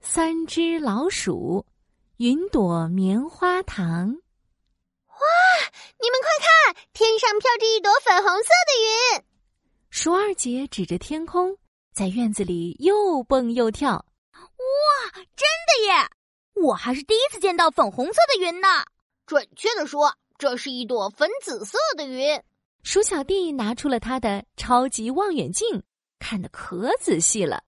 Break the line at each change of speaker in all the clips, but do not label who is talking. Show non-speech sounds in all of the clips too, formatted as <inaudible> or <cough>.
三只老鼠，云朵棉花糖。
你们快看，天上飘着一朵粉红色的云。
鼠二姐指着天空，在院子里又蹦又跳。
真的耶！我还是第一次见到粉红色的云呢。
准确的说，这是一朵粉紫色的云。
鼠小弟拿出了他的超级望远镜，看得可仔细了。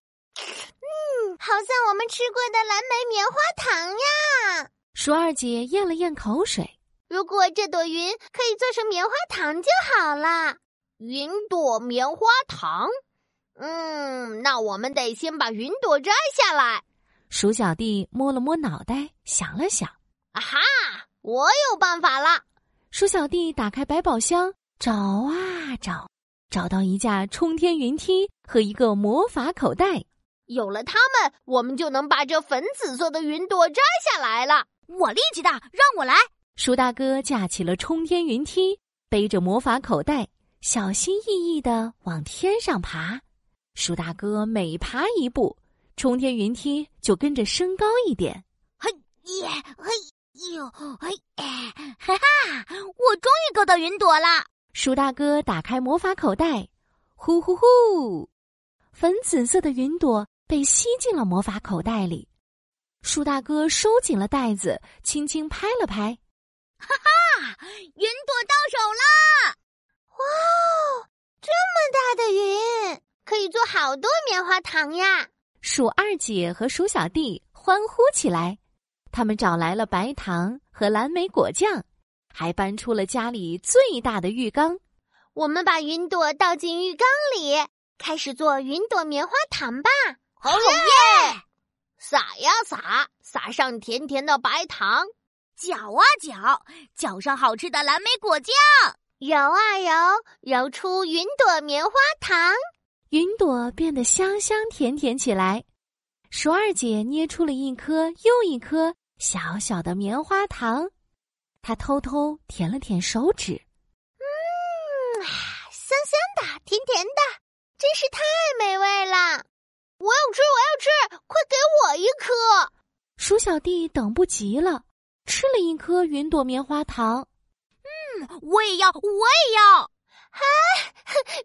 好像我们吃过的蓝莓棉花糖呀！
鼠二姐咽了咽口水。
如果这朵云可以做成棉花糖就好啦。云朵棉花糖，嗯，那我们得先把云朵摘下来。
鼠小弟摸了摸脑袋，想了想。
啊哈，我有办法啦！
鼠小弟打开百宝箱，找啊找，找到一架冲天云梯和一个魔法口袋。
有了它们，我们就能把这粉紫色的云朵摘下来了。
我力气大，让我来。
鼠大哥架起了冲天云梯，背着魔法口袋，小心翼翼地往天上爬。鼠大哥每爬一步，冲天云梯就跟着升高一点。
耶，嘿呦，嘿，哎哈哈！我终于够到云朵了。
鼠大哥打开魔法口袋，呼呼呼，粉紫色的云朵被吸进了魔法口袋里。鼠大哥收紧了袋子，轻轻拍了拍。
云朵到手了。
哦大的云可以做好多棉花糖呀！
鼠二姐和鼠小弟欢呼起来。他们找来了白糖和蓝莓果酱，还搬出了家里最大的浴缸。
我们把云朵倒进浴缸里，开始做云朵棉花糖吧！好耶！撒呀撒，撒上甜甜的白糖，
搅啊搅，搅上好吃的蓝莓果酱。
揉啊揉，揉出云朵棉花糖。
云朵变得香香甜甜起来。鼠二姐捏出了一颗又一颗小小的棉花糖，她偷偷舔了舔手指。
香香的，甜甜的，真是太美味了！我要吃，我要吃，快给我一颗！
鼠小弟等不及了，吃了一颗云朵棉花糖。
我也要，我也要。
<laughs>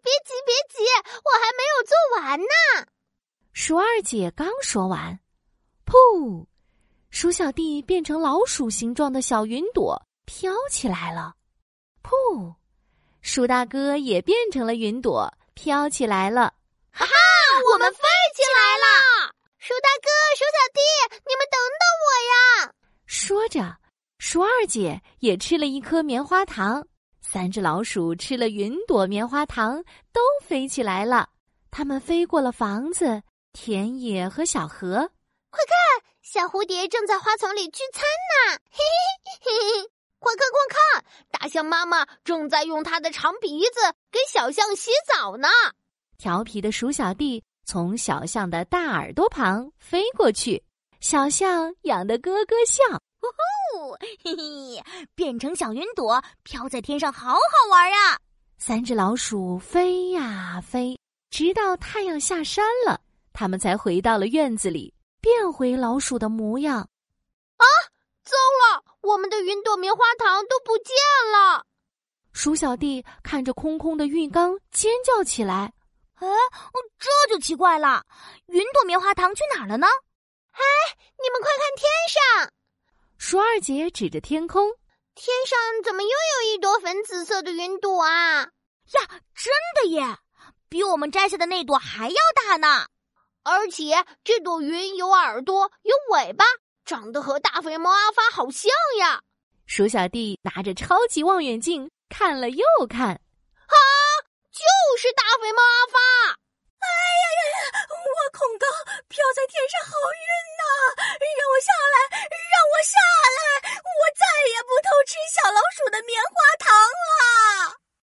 别急，别急，我还没有做完呢。
鼠二姐刚说完，噗，鼠小弟变成老鼠形状的小云朵飘起来了。噗，鼠大哥也变成了云朵飘起来了。
啊我们飞起来了。
鼠大哥、鼠小弟，你们等等我呀！
说着，鼠二姐也吃了一颗棉花糖，三只老鼠吃了云朵棉花糖，都飞起来了。它们飞过了房子、田野和小河。
小蝴蝶正在花丛里聚餐呢，嘿嘿嘿嘿！快看，快看，大象妈妈正在用它的长鼻子给小象洗澡呢。
调皮的鼠小弟从小象的大耳朵旁飞过去，小象痒得咯咯笑。
嘿嘿，变成小云朵，飘在天上，好好玩啊！
三只老鼠飞呀飞，直到太阳下山了，它们才回到了院子里，变回老鼠的模样。
糟了，我们的云朵棉花糖都不见了！
鼠小弟看着空空的浴缸，尖叫起来。
这就奇怪了，云朵棉花糖去哪儿了呢？
你们快看天上，
鼠二姐指着天空，
天上怎么又有一朵粉紫色的云朵啊？
真的耶，比我们摘下的那朵还要大呢。
而且这朵云有耳朵，有尾巴，长得和大肥猫阿发好像呀！
鼠小弟拿着超级望远镜看了又看。
哎
就是大肥猫阿发。
我恐